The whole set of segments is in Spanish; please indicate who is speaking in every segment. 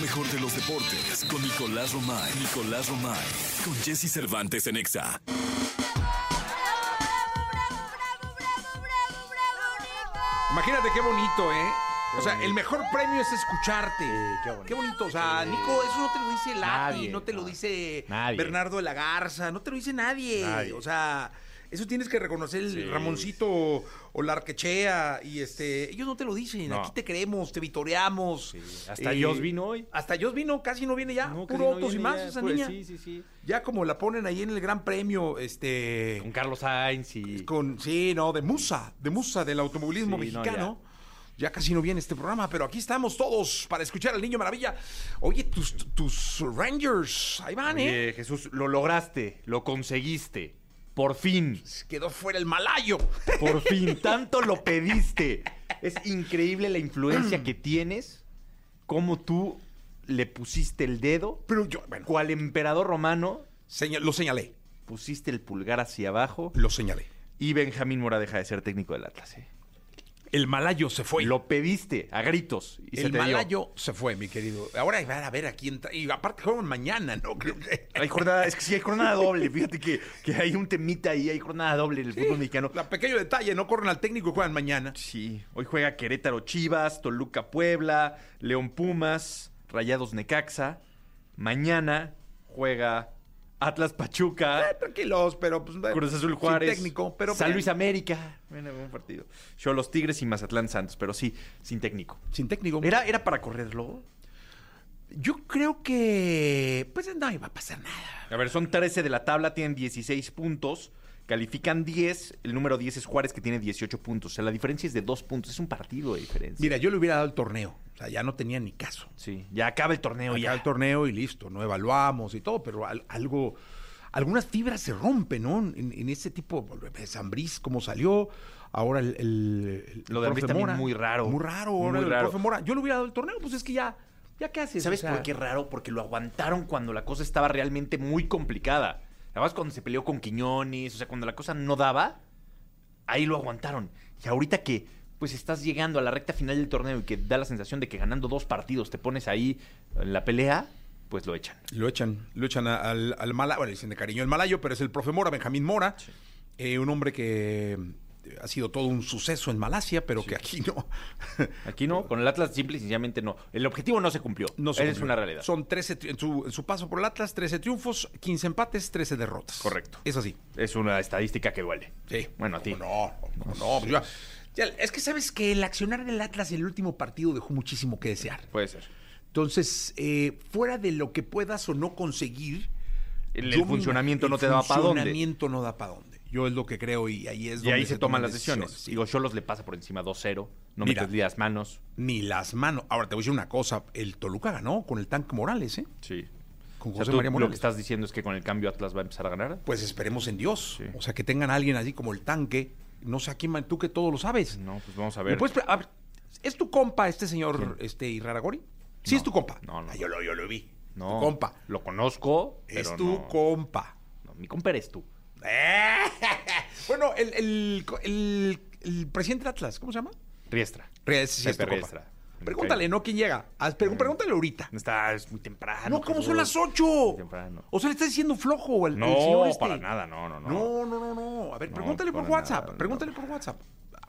Speaker 1: mejor de los deportes con Nicolás Romay. Nicolás Romay. Con Jesse Cervantes en Exa.
Speaker 2: Imagínate qué bonito, ¿eh? O sea, el mejor premio es escucharte. qué bonito. O sea, Nico, eso no te lo dice Lati,
Speaker 3: Nadie,
Speaker 2: no te lo
Speaker 3: no.
Speaker 2: dice
Speaker 3: Nadie.
Speaker 2: Bernardo de la Garza, no te lo dice nadie.
Speaker 3: Nadie.
Speaker 2: O sea, eso tienes que reconocer el Ramoncito o la Arquechea y este, ellos no te lo dicen,
Speaker 3: No.
Speaker 2: aquí te creemos, te vitoreamos.
Speaker 3: Hasta Jos vino hoy.
Speaker 2: Hasta Jos vino, casi no viene ya,
Speaker 3: No, que
Speaker 2: Ah, puro
Speaker 3: si no
Speaker 2: autos y
Speaker 3: viene
Speaker 2: más
Speaker 3: ya,
Speaker 2: esa
Speaker 3: pues,
Speaker 2: niña.
Speaker 3: Sí, sí, sí.
Speaker 2: Ya como la ponen ahí en el Gran Premio, este
Speaker 3: Con Carlos Sainz y.
Speaker 2: con sí, no, de musa, de musa del automovilismo
Speaker 3: Sí, no,
Speaker 2: mexicano. ya. casi no viene este programa, pero aquí estamos todos para escuchar al Niño Maravilla. Oye, tus, tus Rangers, ahí van, ¿eh?
Speaker 3: Oye, Jesús, lo lograste, lo conseguiste. Por fin,
Speaker 2: Quedó fuera el malayo.
Speaker 3: por fin, tanto lo pediste. Es increíble la influencia que tienes, cómo tú le pusiste el dedo,
Speaker 2: Pero yo, bueno,
Speaker 3: cual emperador romano
Speaker 2: señal- lo señalé,
Speaker 3: pusiste el pulgar hacia abajo
Speaker 2: lo señalé.
Speaker 3: y Benjamín Mora deja de ser técnico del Atlas. ¿eh?
Speaker 2: El malayo se fue.
Speaker 3: Lo pediste a gritos y se
Speaker 2: el
Speaker 3: te dio.
Speaker 2: malayo se fue, mi querido. Ahora van a ver a quién tra- Y aparte juegan mañana, ¿no? Creo que-
Speaker 3: Hay jornada, es que sí hay jornada doble, fíjate que, que hay un temita ahí, hay jornada doble en el fútbol mexicano.
Speaker 2: La pequeño detalle, no corren al técnico y juegan mañana.
Speaker 3: Sí, hoy juega Querétaro Chivas, Toluca Puebla, León Pumas, Rayados Necaxa. Mañana juega Atlas
Speaker 2: Eh,
Speaker 3: Pachuca,
Speaker 2: tranquilos, pero pues bueno,
Speaker 3: Cruz Azul
Speaker 2: sin
Speaker 3: Juárez,
Speaker 2: técnico, pero
Speaker 3: San
Speaker 2: bien.
Speaker 3: Luis América. Bueno, buen partido. Yo los Tigres y Mazatlán Santos, pero sí, sin técnico.
Speaker 2: sin técnico.
Speaker 3: ¿Era, era para correrlo?
Speaker 2: Yo creo que. Pues no iba a pasar nada.
Speaker 3: A ver, son 13 de la tabla, tienen 16 puntos. Califican 10, el número 10 es Juárez que tiene 18 puntos. O sea, la diferencia es de 2 puntos, es un partido de diferencia.
Speaker 2: Mira, yo le hubiera dado el torneo. O sea, ya no tenía ni caso.
Speaker 3: Sí, ya acaba el torneo
Speaker 2: Acaba
Speaker 3: ya.
Speaker 2: el torneo y listo, no evaluamos y todo, pero al- algo. Algunas fibras se rompen, ¿no? En, en ese tipo. Zambriz, cómo salió. Ahora el. el- el
Speaker 3: Lo
Speaker 2: profe
Speaker 3: de Ambriz también muy raro.
Speaker 2: Muy raro.
Speaker 3: Muy
Speaker 2: Ahora el
Speaker 3: raro.
Speaker 2: profe Mora. Yo le hubiera dado el torneo, pues es que ya. ¿Ya qué haces?
Speaker 3: ¿Sabes
Speaker 2: O sea,
Speaker 3: por qué raro? Porque lo aguantaron cuando la cosa estaba realmente muy complicada. Además, cuando se peleó con Quiñones, o sea, cuando la cosa no daba, ahí lo aguantaron. Y ahorita que pues estás llegando a la recta final del torneo y que da la sensación de que ganando dos partidos te pones ahí en la pelea, pues lo echan.
Speaker 2: Lo echan, lo echan a- al, al mala, bueno, le dicen de cariño el malayo, pero es el profe Mora, Benjamín Mora, eh, un hombre que eh, ha sido todo un suceso en Malasia, pero que aquí no.
Speaker 3: Aquí no, con el Atlas simple y sencillamente no. El objetivo no se cumplió.
Speaker 2: no se
Speaker 3: Esa es
Speaker 2: cumplió.
Speaker 3: una realidad.
Speaker 2: Son 13, tri- en su, en su paso por el Atlas, 13 triunfos, 15 empates, 13 derrotas.
Speaker 3: Correcto.
Speaker 2: Es así.
Speaker 3: Es una estadística que duele.
Speaker 2: Sí.
Speaker 3: Bueno, a ti.
Speaker 2: No, no, no. pues ya- ya, es que sabes que el accionar del Atlas en el último partido dejó muchísimo que desear.
Speaker 3: Puede ser.
Speaker 2: Entonces, eh, fuera de lo que puedas o no conseguir,
Speaker 3: El,
Speaker 2: yo
Speaker 3: el
Speaker 2: me
Speaker 3: funcionamiento
Speaker 2: imag-
Speaker 3: no te daba para
Speaker 2: El
Speaker 3: dónde.
Speaker 2: funcionamiento no da para dónde. Yo es lo que creo y ahí es
Speaker 3: Y
Speaker 2: donde
Speaker 3: ahí se, toman las decisiones.
Speaker 2: sí.
Speaker 3: Digo, Cholos le pasa por encima 2-0. No
Speaker 2: Mira.
Speaker 3: metes las manos.
Speaker 2: Ni las manos. Ahora te voy a decir una cosa. El Toluca ganó con el tanque Morales, ¿eh?
Speaker 3: Sí.
Speaker 2: Con
Speaker 3: O sea,
Speaker 2: José
Speaker 3: tú
Speaker 2: María
Speaker 3: lo que
Speaker 2: Morales.
Speaker 3: estás diciendo es que con el cambio Atlas va a empezar a ganar.
Speaker 2: Pues esperemos en Dios.
Speaker 3: Sí.
Speaker 2: O sea, que tengan a alguien así como el tanque. No sé a quién, man- tú que todo lo sabes.
Speaker 3: No, pues vamos a
Speaker 2: ¿Le
Speaker 3: ver.
Speaker 2: puedes pre- a ver, ¿Es tu compa este señor este Irraragori? Sí,
Speaker 3: No.
Speaker 2: es tu compa.
Speaker 3: No, no.
Speaker 2: Ah, yo, lo, yo lo vi.
Speaker 3: no,
Speaker 2: Tu compa.
Speaker 3: Lo conozco.
Speaker 2: es
Speaker 3: pero
Speaker 2: tu
Speaker 3: no.
Speaker 2: compa.
Speaker 3: No, mi compa eres tú.
Speaker 2: Eh, bueno, el, el- el- el presidente del Atlas, ¿cómo se llama?
Speaker 3: Riestra.
Speaker 2: Ries- sí, es tu
Speaker 3: Pepe
Speaker 2: compa.
Speaker 3: Riestra. Eh,
Speaker 2: Pregúntale, ¿no? ¿Quién llega? Haz- pregu- Pregúntale ahorita. Ah,
Speaker 3: Está, es muy temprano.
Speaker 2: No, ¿cómo son
Speaker 3: Jesús.
Speaker 2: las ocho?
Speaker 3: Muy temprano.
Speaker 2: O sea, le está diciendo flojo al al
Speaker 3: No,
Speaker 2: señor este.
Speaker 3: para nada, no, no, no.
Speaker 2: No, no, no, no. A ver,
Speaker 3: No,
Speaker 2: pregúntale por
Speaker 3: para
Speaker 2: WhatsApp.
Speaker 3: nada, no.
Speaker 2: pregúntale por WhatsApp.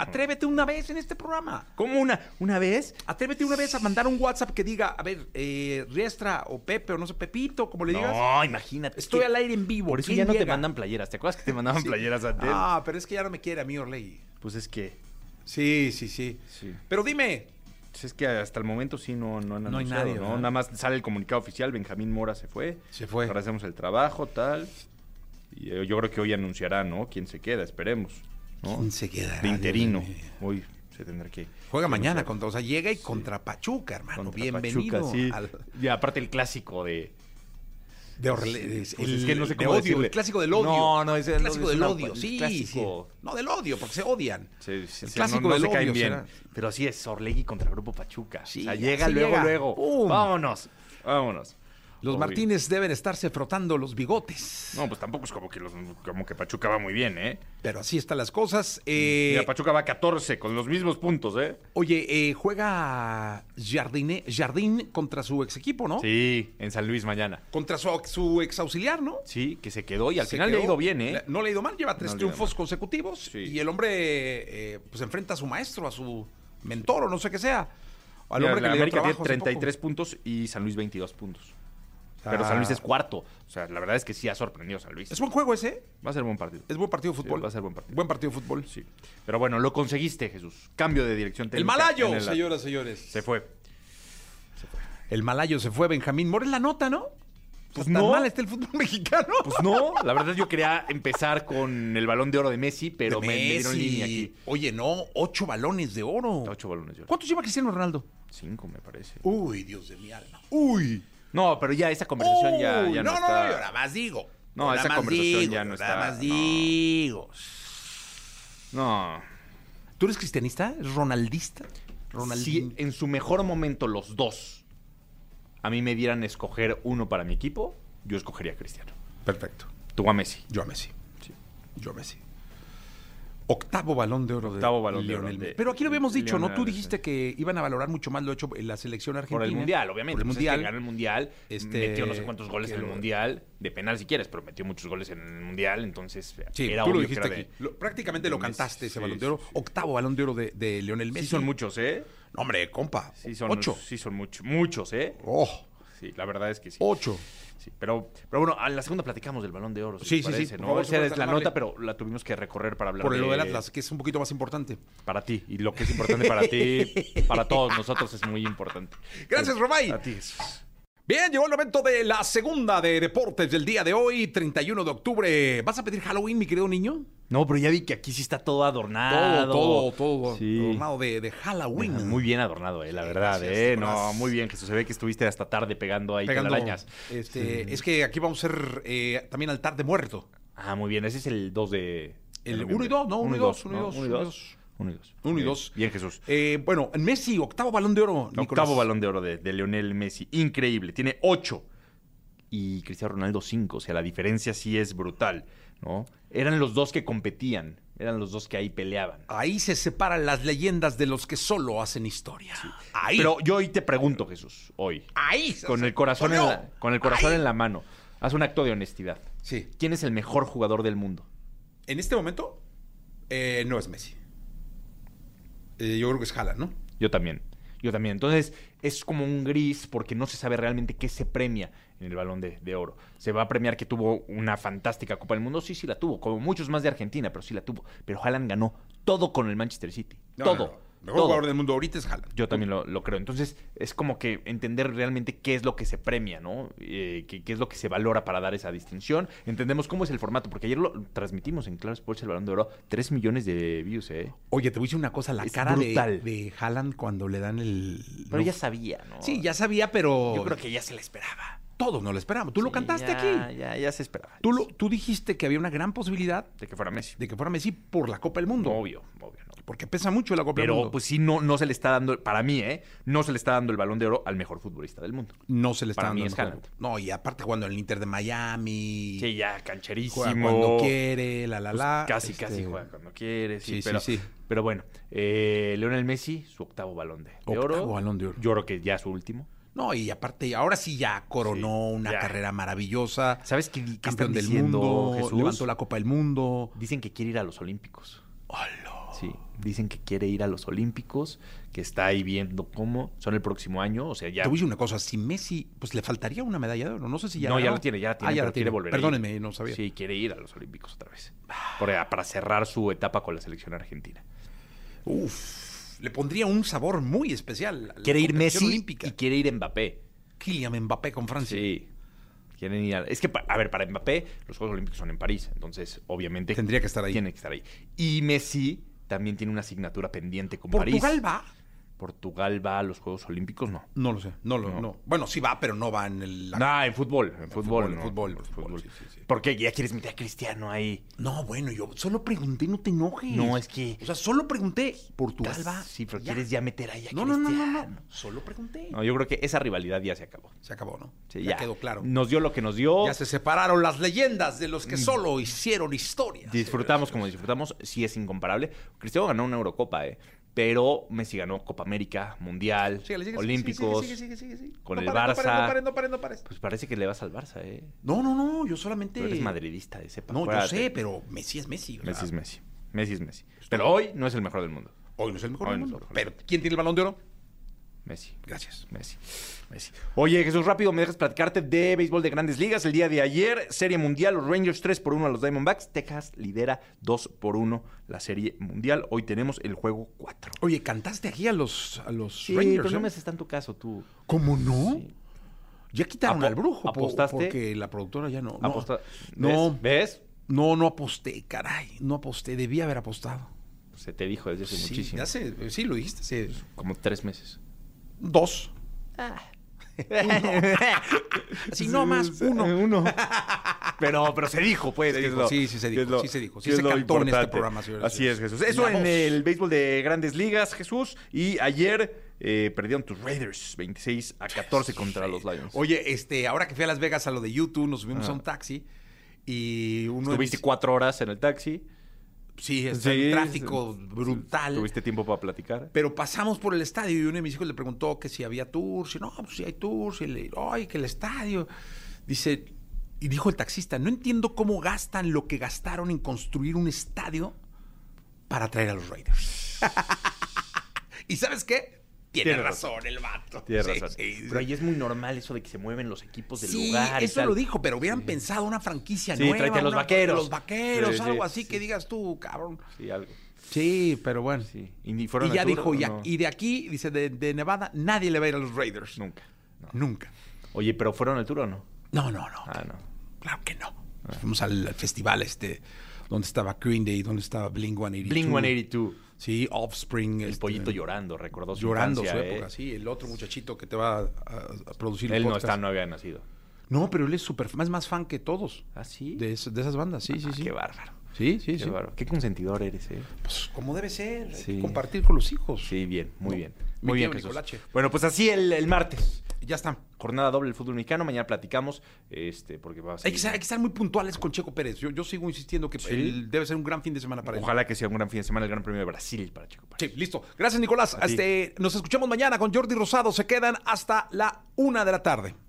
Speaker 2: Atrévete una vez en este programa.
Speaker 3: ¿Cómo una, una vez?
Speaker 2: Atrévete una vez a mandar un WhatsApp que diga, a ver, eh, Riestra o Pepe o no sé, Pepito, como le digas.
Speaker 3: No, imagínate.
Speaker 2: Estoy al aire en vivo.
Speaker 3: Por eso
Speaker 2: ¿Quién
Speaker 3: ya no te
Speaker 2: llega?
Speaker 3: mandan playeras. ¿Te acuerdas que te mandaban playeras antes?
Speaker 2: Ah, pero es que ya no me quiere a mí Orley.
Speaker 3: Pues es que.
Speaker 2: Sí, sí, sí,
Speaker 3: Sí.
Speaker 2: Pero dime,
Speaker 3: pues es que hasta el momento sí no, no han
Speaker 2: No hay
Speaker 3: anunciado,
Speaker 2: nadie,
Speaker 3: ¿no?
Speaker 2: ¿verdad?
Speaker 3: Nada más sale el comunicado oficial, Benjamín Mora se fue.
Speaker 2: Se fue.
Speaker 3: Agradecemos el trabajo, tal. Y eh, yo creo que hoy anunciará, ¿no? Quién se queda, esperemos. ¿no?
Speaker 2: ¿Quién se quedará?
Speaker 3: De interino.
Speaker 2: Dios mío.
Speaker 3: Hoy se tendrá que.
Speaker 2: juega
Speaker 3: que
Speaker 2: mañana
Speaker 3: anunciar
Speaker 2: contra, o sea, llega y contra Pachuca, hermano.
Speaker 3: contra
Speaker 2: Bienvenido
Speaker 3: Pachuca, sí.
Speaker 2: al-
Speaker 3: Y aparte el clásico de.
Speaker 2: de Orley. es
Speaker 3: Pues
Speaker 2: el,
Speaker 3: es que no sé
Speaker 2: de
Speaker 3: cómo
Speaker 2: odio,
Speaker 3: decirle.
Speaker 2: el clásico del odio.
Speaker 3: No, no, es el
Speaker 2: el clásico
Speaker 3: odio, es
Speaker 2: del
Speaker 3: una-
Speaker 2: odio,
Speaker 3: el
Speaker 2: sí,
Speaker 3: clásico.
Speaker 2: sí. No del odio, porque se odian.
Speaker 3: Sí, sí,
Speaker 2: el
Speaker 3: sí,
Speaker 2: clásico
Speaker 3: no, no
Speaker 2: del
Speaker 3: se caen
Speaker 2: odio,
Speaker 3: bien.
Speaker 2: será.
Speaker 3: Pero sí es Orlegui contra Grupo Pachuca.
Speaker 2: Sí,
Speaker 3: o sea, llega
Speaker 2: así
Speaker 3: luego,
Speaker 2: llega.
Speaker 3: luego.
Speaker 2: ¡Pum!
Speaker 3: Vámonos. Vámonos.
Speaker 2: Los
Speaker 3: Obvio.
Speaker 2: Martínez deben estarse frotando los bigotes.
Speaker 3: No, pues tampoco es como que, los- como que Pachuca va muy bien, ¿eh?
Speaker 2: Pero así están las cosas. Eh,
Speaker 3: Mm, Mira, Pachuca va 14 con los mismos puntos, ¿eh?
Speaker 2: oye, eh, juega Jardine, Jardín contra su ex equipo, ¿no?
Speaker 3: Sí, en San Luis mañana.
Speaker 2: Contra su, su ex auxiliar, ¿no?
Speaker 3: Sí, que se quedó y al
Speaker 2: Se
Speaker 3: final le
Speaker 2: quedó.
Speaker 3: ha ido bien, ¿eh?
Speaker 2: Le- No le ha ido mal, lleva tres
Speaker 3: No le ha ido
Speaker 2: triunfos consecutivos
Speaker 3: Sí.
Speaker 2: y el hombre eh, pues enfrenta a su maestro, a su mentor o no sé qué sea. Al
Speaker 3: Mira,
Speaker 2: hombre
Speaker 3: la
Speaker 2: que le dio
Speaker 3: América tiene
Speaker 2: trabajo hace poco.
Speaker 3: 33 puntos y San Luis 22 puntos. Pero
Speaker 2: Ah.
Speaker 3: San Luis es cuarto. O sea, la verdad es que sí ha sorprendido San Luis.
Speaker 2: Es buen juego ese, ¿eh?
Speaker 3: Va a ser buen partido.
Speaker 2: es buen partido de
Speaker 3: Sí,
Speaker 2: fútbol.
Speaker 3: va a ser buen partido.
Speaker 2: Buen partido de fútbol.
Speaker 3: Sí. Pero bueno, lo conseguiste, Jesús. Cambio de dirección técnica.
Speaker 2: El malayo,
Speaker 3: en el-
Speaker 2: señoras, señores.
Speaker 3: Se fue.
Speaker 2: El malayo se fue, Benjamín Mora es la nota, ¿no?
Speaker 3: Pues
Speaker 2: Tan
Speaker 3: no.
Speaker 2: mal está el fútbol mexicano.
Speaker 3: Pues no, la verdad yo quería empezar con el balón de oro de Messi, pero
Speaker 2: De
Speaker 3: me, me dieron
Speaker 2: Messi.
Speaker 3: línea aquí.
Speaker 2: Oye, no, ocho balones de oro.
Speaker 3: Ocho balones de oro.
Speaker 2: ¿Cuántos lleva Cristiano Ronaldo?
Speaker 3: Cinco, me parece.
Speaker 2: Uy, Dios de mi alma. Uy.
Speaker 3: No, pero ya esa conversación ya,
Speaker 2: Uy,
Speaker 3: ya
Speaker 2: no,
Speaker 3: no,
Speaker 2: no,
Speaker 3: está.
Speaker 2: yo nada más digo.
Speaker 3: No,
Speaker 2: Nada
Speaker 3: esa
Speaker 2: más
Speaker 3: conversación
Speaker 2: digo,
Speaker 3: ya no
Speaker 2: Nada
Speaker 3: está,
Speaker 2: más
Speaker 3: no.
Speaker 2: digo.
Speaker 3: No.
Speaker 2: ¿Tú eres cristianista? ¿Eres ronaldista?
Speaker 3: Si
Speaker 2: eh,
Speaker 3: en su mejor momento los dos a mí me dieran escoger uno para mi equipo, yo escogería a Cristiano.
Speaker 2: Perfecto.
Speaker 3: Tú a Messi.
Speaker 2: Yo a Messi.
Speaker 3: Sí.
Speaker 2: Yo a Messi. Octavo balón de oro de
Speaker 3: Octavo balón de oro
Speaker 2: Lionel
Speaker 3: de-
Speaker 2: Messi. Pero aquí lo habíamos dicho, ¿no? Tú
Speaker 3: Lionel
Speaker 2: dijiste
Speaker 3: Messi.
Speaker 2: que iban a valorar mucho más lo hecho en la selección argentina.
Speaker 3: Por el Mundial, obviamente.
Speaker 2: Por el
Speaker 3: Pues es que
Speaker 2: Mundial.
Speaker 3: ganó el Mundial,
Speaker 2: Este,
Speaker 3: metió no sé cuántos goles en el
Speaker 2: quiero-
Speaker 3: Mundial, de penal si quieres, pero metió muchos goles en el Mundial, entonces
Speaker 2: Sí,
Speaker 3: era
Speaker 2: tú lo
Speaker 3: obvio que
Speaker 2: dijiste
Speaker 3: era de-
Speaker 2: aquí. Lo- prácticamente lo
Speaker 3: de Messi.
Speaker 2: cantaste ese
Speaker 3: Sí,
Speaker 2: balón de oro.
Speaker 3: sí, sí.
Speaker 2: Octavo balón de oro de, de Lionel Messi.
Speaker 3: Sí son muchos, ¿eh?
Speaker 2: No, hombre, compa.
Speaker 3: Sí son,
Speaker 2: Ocho.
Speaker 3: Sí son muchos, muchos, ¿eh?
Speaker 2: Oh,
Speaker 3: Sí, la verdad es que sí.
Speaker 2: ocho.
Speaker 3: Sí, pero, pero bueno, a la segunda platicamos del Balón de Oro.
Speaker 2: Sí, sí,
Speaker 3: Sí, sí,
Speaker 2: sí,
Speaker 3: sí.
Speaker 2: por
Speaker 3: ¿no?
Speaker 2: favor, si
Speaker 3: Esa
Speaker 2: fueras
Speaker 3: es la
Speaker 2: tan amable.
Speaker 3: nota, pero la tuvimos que recorrer para hablar
Speaker 2: Por
Speaker 3: de...
Speaker 2: lo del Atlas, que es un poquito más importante.
Speaker 3: Para ti. Y lo que es importante para ti, para todos nosotros es muy importante.
Speaker 2: Gracias, Romay.
Speaker 3: A ti, Jesús.
Speaker 2: Bien, llegó el momento de la segunda de deportes del día de hoy, 31 de octubre. ¿Vas a pedir Halloween, mi querido niño?
Speaker 3: No, pero ya vi que aquí sí está todo adornado.
Speaker 2: Todo, todo, todo.
Speaker 3: Ah, Sí.
Speaker 2: Adornado de, de Halloween.
Speaker 3: Ah, Muy bien adornado, eh, la verdad,
Speaker 2: gracias,
Speaker 3: eh. No,
Speaker 2: gracias.
Speaker 3: muy bien, Jesús. Se ve que estuviste hasta tarde pegando ahí
Speaker 2: Pegando,
Speaker 3: telarañas.
Speaker 2: Este, Es que aquí vamos a ser eh, también altar de muerto.
Speaker 3: Ah, muy bien. Ese es el 2 de...
Speaker 2: El
Speaker 3: de
Speaker 2: uno y dos, ¿no? Uno y dos, uno y
Speaker 3: ¿no?
Speaker 2: dos,
Speaker 3: Uno y
Speaker 2: uno y
Speaker 3: dos. Uno y dos.
Speaker 2: Uno y
Speaker 3: Bien,
Speaker 2: dos.
Speaker 3: Bien, Jesús.
Speaker 2: Eh, bueno, Messi, octavo balón de oro. Nicolás.
Speaker 3: Octavo balón de oro de, de Lionel Messi. Increíble. Tiene ocho. Y Cristiano Ronaldo cinco. O sea, la diferencia sí es brutal, ¿no? Eran los dos que competían. Eran los dos que ahí peleaban.
Speaker 2: Ahí se separan las leyendas de los que solo hacen historia. Ahí.
Speaker 3: Pero yo hoy te pregunto, Jesús, hoy.
Speaker 2: ahí. se-
Speaker 3: Con el corazón, en la,
Speaker 2: ¡Olió!
Speaker 3: con el corazón
Speaker 2: Ahí.
Speaker 3: en la mano. Haz un acto de honestidad.
Speaker 2: Sí.
Speaker 3: ¿Quién es el mejor jugador del mundo?
Speaker 2: En este momento, eh, no es Messi. Eh, yo creo que es Haaland, ¿no?
Speaker 3: Yo también. Yo también. Entonces, es como un gris porque no se sabe realmente qué se premia en el balón de, de oro. ¿Se va a premiar que tuvo una fantástica Copa del Mundo? Sí, sí la tuvo. Como muchos más de Argentina, pero sí la tuvo. Pero Haaland ganó todo con el Manchester City.
Speaker 2: No,
Speaker 3: todo.
Speaker 2: no, no. El Mejor
Speaker 3: todo.
Speaker 2: jugador del mundo ahorita es Haaland.
Speaker 3: Yo también lo, lo creo. Entonces, es como que entender realmente qué es lo que se premia, ¿no? Eh, qué, qué es lo que se valora para dar esa distinción. Entendemos cómo es el formato, porque ayer lo transmitimos en Claro Sports el balón de oro. Tres millones de views, ¿eh?
Speaker 2: Oye, te voy a decir una cosa, la
Speaker 3: Es
Speaker 2: cara de,
Speaker 3: brutal.
Speaker 2: de Haaland cuando le dan el...
Speaker 3: Pero
Speaker 2: no.
Speaker 3: ya sabía, ¿no?
Speaker 2: Sí, ya sabía, pero...
Speaker 3: Yo creo que ya se la esperaba.
Speaker 2: Todos no lo esperamos. Tú lo
Speaker 3: Sí,
Speaker 2: cantaste
Speaker 3: ya,
Speaker 2: aquí.
Speaker 3: Ya, ya se esperaba.
Speaker 2: Tú, lo- tú dijiste que había una gran posibilidad
Speaker 3: De que fuera Messi.
Speaker 2: de que fuera Messi por la Copa del Mundo.
Speaker 3: Obvio, obvio. no.
Speaker 2: Porque pesa mucho la Copa del Mundo.
Speaker 3: Pero pues sí, no, no se le está dando, para mí, ¿eh? No se le está dando el balón de oro al mejor futbolista del mundo.
Speaker 2: no se le está
Speaker 3: para
Speaker 2: dando
Speaker 3: mí
Speaker 2: el
Speaker 3: es
Speaker 2: mejor.
Speaker 3: Haaland.
Speaker 2: No, y aparte jugando en el Inter de Miami.
Speaker 3: Sí, ya, cancherísimo.
Speaker 2: juega cuando quiere, la la
Speaker 3: Pues,
Speaker 2: la.
Speaker 3: casi,
Speaker 2: este,
Speaker 3: casi juega cuando quiere. Sí,
Speaker 2: sí, sí,
Speaker 3: pero,
Speaker 2: sí.
Speaker 3: pero bueno, eh, Leonel Messi, su octavo balón de, de
Speaker 2: Octavo
Speaker 3: oro.
Speaker 2: balón de oro.
Speaker 3: Yo creo que ya su último.
Speaker 2: No, y aparte, ahora sí ya coronó
Speaker 3: Sí,
Speaker 2: una
Speaker 3: ya.
Speaker 2: carrera maravillosa.
Speaker 3: ¿Sabes qué, qué
Speaker 2: Campeón
Speaker 3: están
Speaker 2: del
Speaker 3: diciendo,
Speaker 2: mundo,
Speaker 3: Jesús?
Speaker 2: levantó la Copa del Mundo.
Speaker 3: Dicen que quiere ir a los Olímpicos. Sí, dicen que quiere ir a los Olímpicos, que está ahí viendo cómo son el próximo año, o sea, ya
Speaker 2: Te voy a decir una cosa, si Messi, pues le faltaría una medalla de oro. No sé si ya
Speaker 3: no, ya
Speaker 2: ganó.
Speaker 3: la tiene, ya la tiene,
Speaker 2: Ah, ya
Speaker 3: pero
Speaker 2: la tiene.
Speaker 3: quiere volver a ir.
Speaker 2: Perdónenme, no sabía. Ah.
Speaker 3: Sí, quiere ir a los Olímpicos otra vez. eh, Para, para cerrar su etapa con la selección argentina.
Speaker 2: Uf, le pondría un sabor muy especial. a la
Speaker 3: Quiere ir
Speaker 2: competición
Speaker 3: Messi
Speaker 2: Olímpica. Ah,
Speaker 3: y quiere ir Mbappé.
Speaker 2: Kylian Mbappé con Francia.
Speaker 3: Sí. Quieren ir a- Es que, pa- a ver, para Mbappé, los Juegos Olímpicos son en París. Entonces, obviamente.
Speaker 2: Tendría que estar ahí.
Speaker 3: Tiene que estar ahí. Y Messi también tiene una asignatura pendiente con
Speaker 2: Portugal
Speaker 3: París.
Speaker 2: va.
Speaker 3: Portugal va a los Juegos Olímpicos, no.
Speaker 2: No lo sé, no lo
Speaker 3: No.
Speaker 2: no. Bueno, sí va, pero no va en el... la-
Speaker 3: No, en fútbol, en, fútbol,
Speaker 2: fútbol,
Speaker 3: no,
Speaker 2: en fútbol,
Speaker 3: en
Speaker 2: fútbol, sí, sí, sí.
Speaker 3: ¿Por qué? ¿Ya quieres meter a Cristiano ahí?
Speaker 2: No, bueno, yo solo pregunté, no te enojes.
Speaker 3: No, es que-
Speaker 2: O sea, solo pregunté, Portugal va.
Speaker 3: Pues, Sí, pero
Speaker 2: ya.
Speaker 3: quieres ya meter ahí a
Speaker 2: No, no,
Speaker 3: Cristiano.
Speaker 2: no, no, no, solo pregunté.
Speaker 3: No, yo creo que esa rivalidad ya se acabó.
Speaker 2: Se acabó, ¿no?
Speaker 3: Sí,
Speaker 2: ya, quedó claro.
Speaker 3: Nos dio lo que nos dio.
Speaker 2: Ya se separaron las leyendas de los
Speaker 3: Mm.
Speaker 2: que solo hicieron historia.
Speaker 3: Disfrutamos como disfrutamos, sí es incomparable. Cristiano ganó una Eurocopa, ¿eh? Pero Messi ganó Copa América, Mundial,
Speaker 2: Síguele, síguele,
Speaker 3: Olímpicos.
Speaker 2: síguele, síguele, síguele, síguele.
Speaker 3: con
Speaker 2: No
Speaker 3: el
Speaker 2: pares, no pares,
Speaker 3: Barça.
Speaker 2: No pares, no pares, no pares.
Speaker 3: Pues parece que le vas al Barça, ¿eh?
Speaker 2: No, no, no, yo solamente.
Speaker 3: Tú eres madridista, de sepa.
Speaker 2: No,
Speaker 3: acuérdate.
Speaker 2: yo sé, pero Messi es Messi. o sea,
Speaker 3: Messi es Messi. Messi es Messi. Pero hoy no es el mejor del mundo.
Speaker 2: Hoy no es el mejor
Speaker 3: Hoy
Speaker 2: del
Speaker 3: no es
Speaker 2: mundo.
Speaker 3: el mejor.
Speaker 2: Pero ¿quién tiene el balón de oro?
Speaker 3: Messi.
Speaker 2: Gracias.
Speaker 3: Messi. Messi. Oye, Jesús, rápido, me dejas platicarte de béisbol de grandes ligas. El día de ayer, Serie Mundial, los Rangers 3 por 1 a los Diamondbacks. Texas lidera 2 por 1 la Serie Mundial. Hoy tenemos el juego 4.
Speaker 2: Oye, cantaste aquí a los, a los
Speaker 3: Sí,
Speaker 2: Rangers.
Speaker 3: pero no
Speaker 2: ¿eh?
Speaker 3: me haces tanto caso tú.
Speaker 2: ¿Cómo no?
Speaker 3: Sí.
Speaker 2: Ya quitaron
Speaker 3: Apo-
Speaker 2: al brujo. po-
Speaker 3: ¿apostaste?
Speaker 2: Porque la productora ya no. No,
Speaker 3: Aposta-
Speaker 2: no,
Speaker 3: ¿Ves? ¿Ves?
Speaker 2: no, no aposté, caray. No aposté, debía haber apostado.
Speaker 3: Se te dijo desde hace
Speaker 2: Sí,
Speaker 3: muchísimo.
Speaker 2: ya sé, sí, lo dijiste hace
Speaker 3: Como tres meses.
Speaker 2: dos. Así no más, eh, uno.
Speaker 3: uno. Pero, pero se dijo, pues.
Speaker 2: Se
Speaker 3: que es
Speaker 2: dijo,
Speaker 3: lo-
Speaker 2: sí, sí se
Speaker 3: que
Speaker 2: dijo,
Speaker 3: es lo-
Speaker 2: sí se dijo, sí
Speaker 3: que es
Speaker 2: se
Speaker 3: lo
Speaker 2: cantó en este
Speaker 3: importante.
Speaker 2: programa, señoras y
Speaker 3: Así es,
Speaker 2: señores.
Speaker 3: Jesús.
Speaker 2: La
Speaker 3: Eso en
Speaker 2: voz.
Speaker 3: el béisbol de Grandes Ligas, Jesús. Y ayer eh, perdieron tus Raiders 26 a 14 contra los Lions.
Speaker 2: Oye, este, ahora que fui a Las Vegas a lo de YouTube, nos subimos a un taxi y uno de
Speaker 3: Tuviste
Speaker 2: mis-
Speaker 3: Ah. cuatro horas en el taxi.
Speaker 2: sí, está el
Speaker 3: Sí,
Speaker 2: tráfico
Speaker 3: sí,
Speaker 2: brutal.
Speaker 3: Tuviste tiempo para platicar.
Speaker 2: Pero pasamos por el estadio y uno de mis hijos le preguntó que si había tours. Y no, pues sí hay tours. Y le ay, que el estadio. Dice, y dijo el taxista, no entiendo cómo gastan lo que gastaron en construir un estadio para traer a los Raiders. ¿Y sabes qué? Tiene,
Speaker 3: Tiene
Speaker 2: razón, el vato.
Speaker 3: Tienes
Speaker 2: Sí,
Speaker 3: razón.
Speaker 2: sí, sí.
Speaker 3: Pero ahí es muy normal eso de que se mueven los equipos del
Speaker 2: Sí,
Speaker 3: lugar. y
Speaker 2: eso
Speaker 3: tal.
Speaker 2: lo dijo, pero hubieran pensado una franquicia
Speaker 3: Sí,
Speaker 2: nueva.
Speaker 3: tráete a los
Speaker 2: una-
Speaker 3: vaqueros.
Speaker 2: Los vaqueros,
Speaker 3: Sí, sí,
Speaker 2: algo así
Speaker 3: sí.
Speaker 2: que digas tú, cabrón.
Speaker 3: Sí, algo.
Speaker 2: Sí, pero bueno.
Speaker 3: Sí. Y,
Speaker 2: Y ya dijo, y,
Speaker 3: ya.
Speaker 2: a- y de aquí, dice, de, de Nevada, nadie le va a ir a los Raiders.
Speaker 3: Nunca. no.
Speaker 2: Nunca.
Speaker 3: Oye, pero fueron al tour o no?
Speaker 2: No, no, no.
Speaker 3: Ah, no. Ah.
Speaker 2: Claro que no. Fuimos al, al festival este, donde estaba Green Day, donde estaba Blink-182.
Speaker 3: Blink 182.
Speaker 2: Sí, Offspring.
Speaker 3: El
Speaker 2: este,
Speaker 3: pollito llorando, recordó su
Speaker 2: Llorando su
Speaker 3: infancia, ¿eh?
Speaker 2: época, sí. El otro muchachito que te va a, a- a producir el
Speaker 3: Él no
Speaker 2: podcast.
Speaker 3: está, no había nacido.
Speaker 2: No, pero él es súper, es más fan que todos.
Speaker 3: ¿Ah, sí?
Speaker 2: De, es- de esas bandas, sí, sí,
Speaker 3: Ah,
Speaker 2: sí.
Speaker 3: Qué bárbaro.
Speaker 2: Sí, sí,
Speaker 3: Qué
Speaker 2: sí.
Speaker 3: bárbaro. Qué consentidor eres, ¿eh?
Speaker 2: Pues, como debe ser, hay que
Speaker 3: Sí.
Speaker 2: compartir con los hijos.
Speaker 3: Sí, bien, muy
Speaker 2: No.
Speaker 3: bien.
Speaker 2: Mi
Speaker 3: Muy bien,
Speaker 2: tío
Speaker 3: Jesús.
Speaker 2: Nicolache.
Speaker 3: Bueno, pues así el, el martes.
Speaker 2: Ya está.
Speaker 3: Jornada doble del fútbol mexicano. Mañana platicamos, este, porque va a
Speaker 2: Hay
Speaker 3: ser...
Speaker 2: que, ser, hay que ser muy puntuales con Checo Pérez. Yo, yo sigo insistiendo que
Speaker 3: Sí.
Speaker 2: el- debe ser un gran fin de semana para él.
Speaker 3: Ojalá que sea un gran fin de semana el Gran Premio de Brasil para Chico Párez.
Speaker 2: Sí, listo. Gracias, Nicolás.
Speaker 3: ti.
Speaker 2: Este, nos escuchamos mañana con Jordi Rosado. Se quedan hasta la una de la tarde.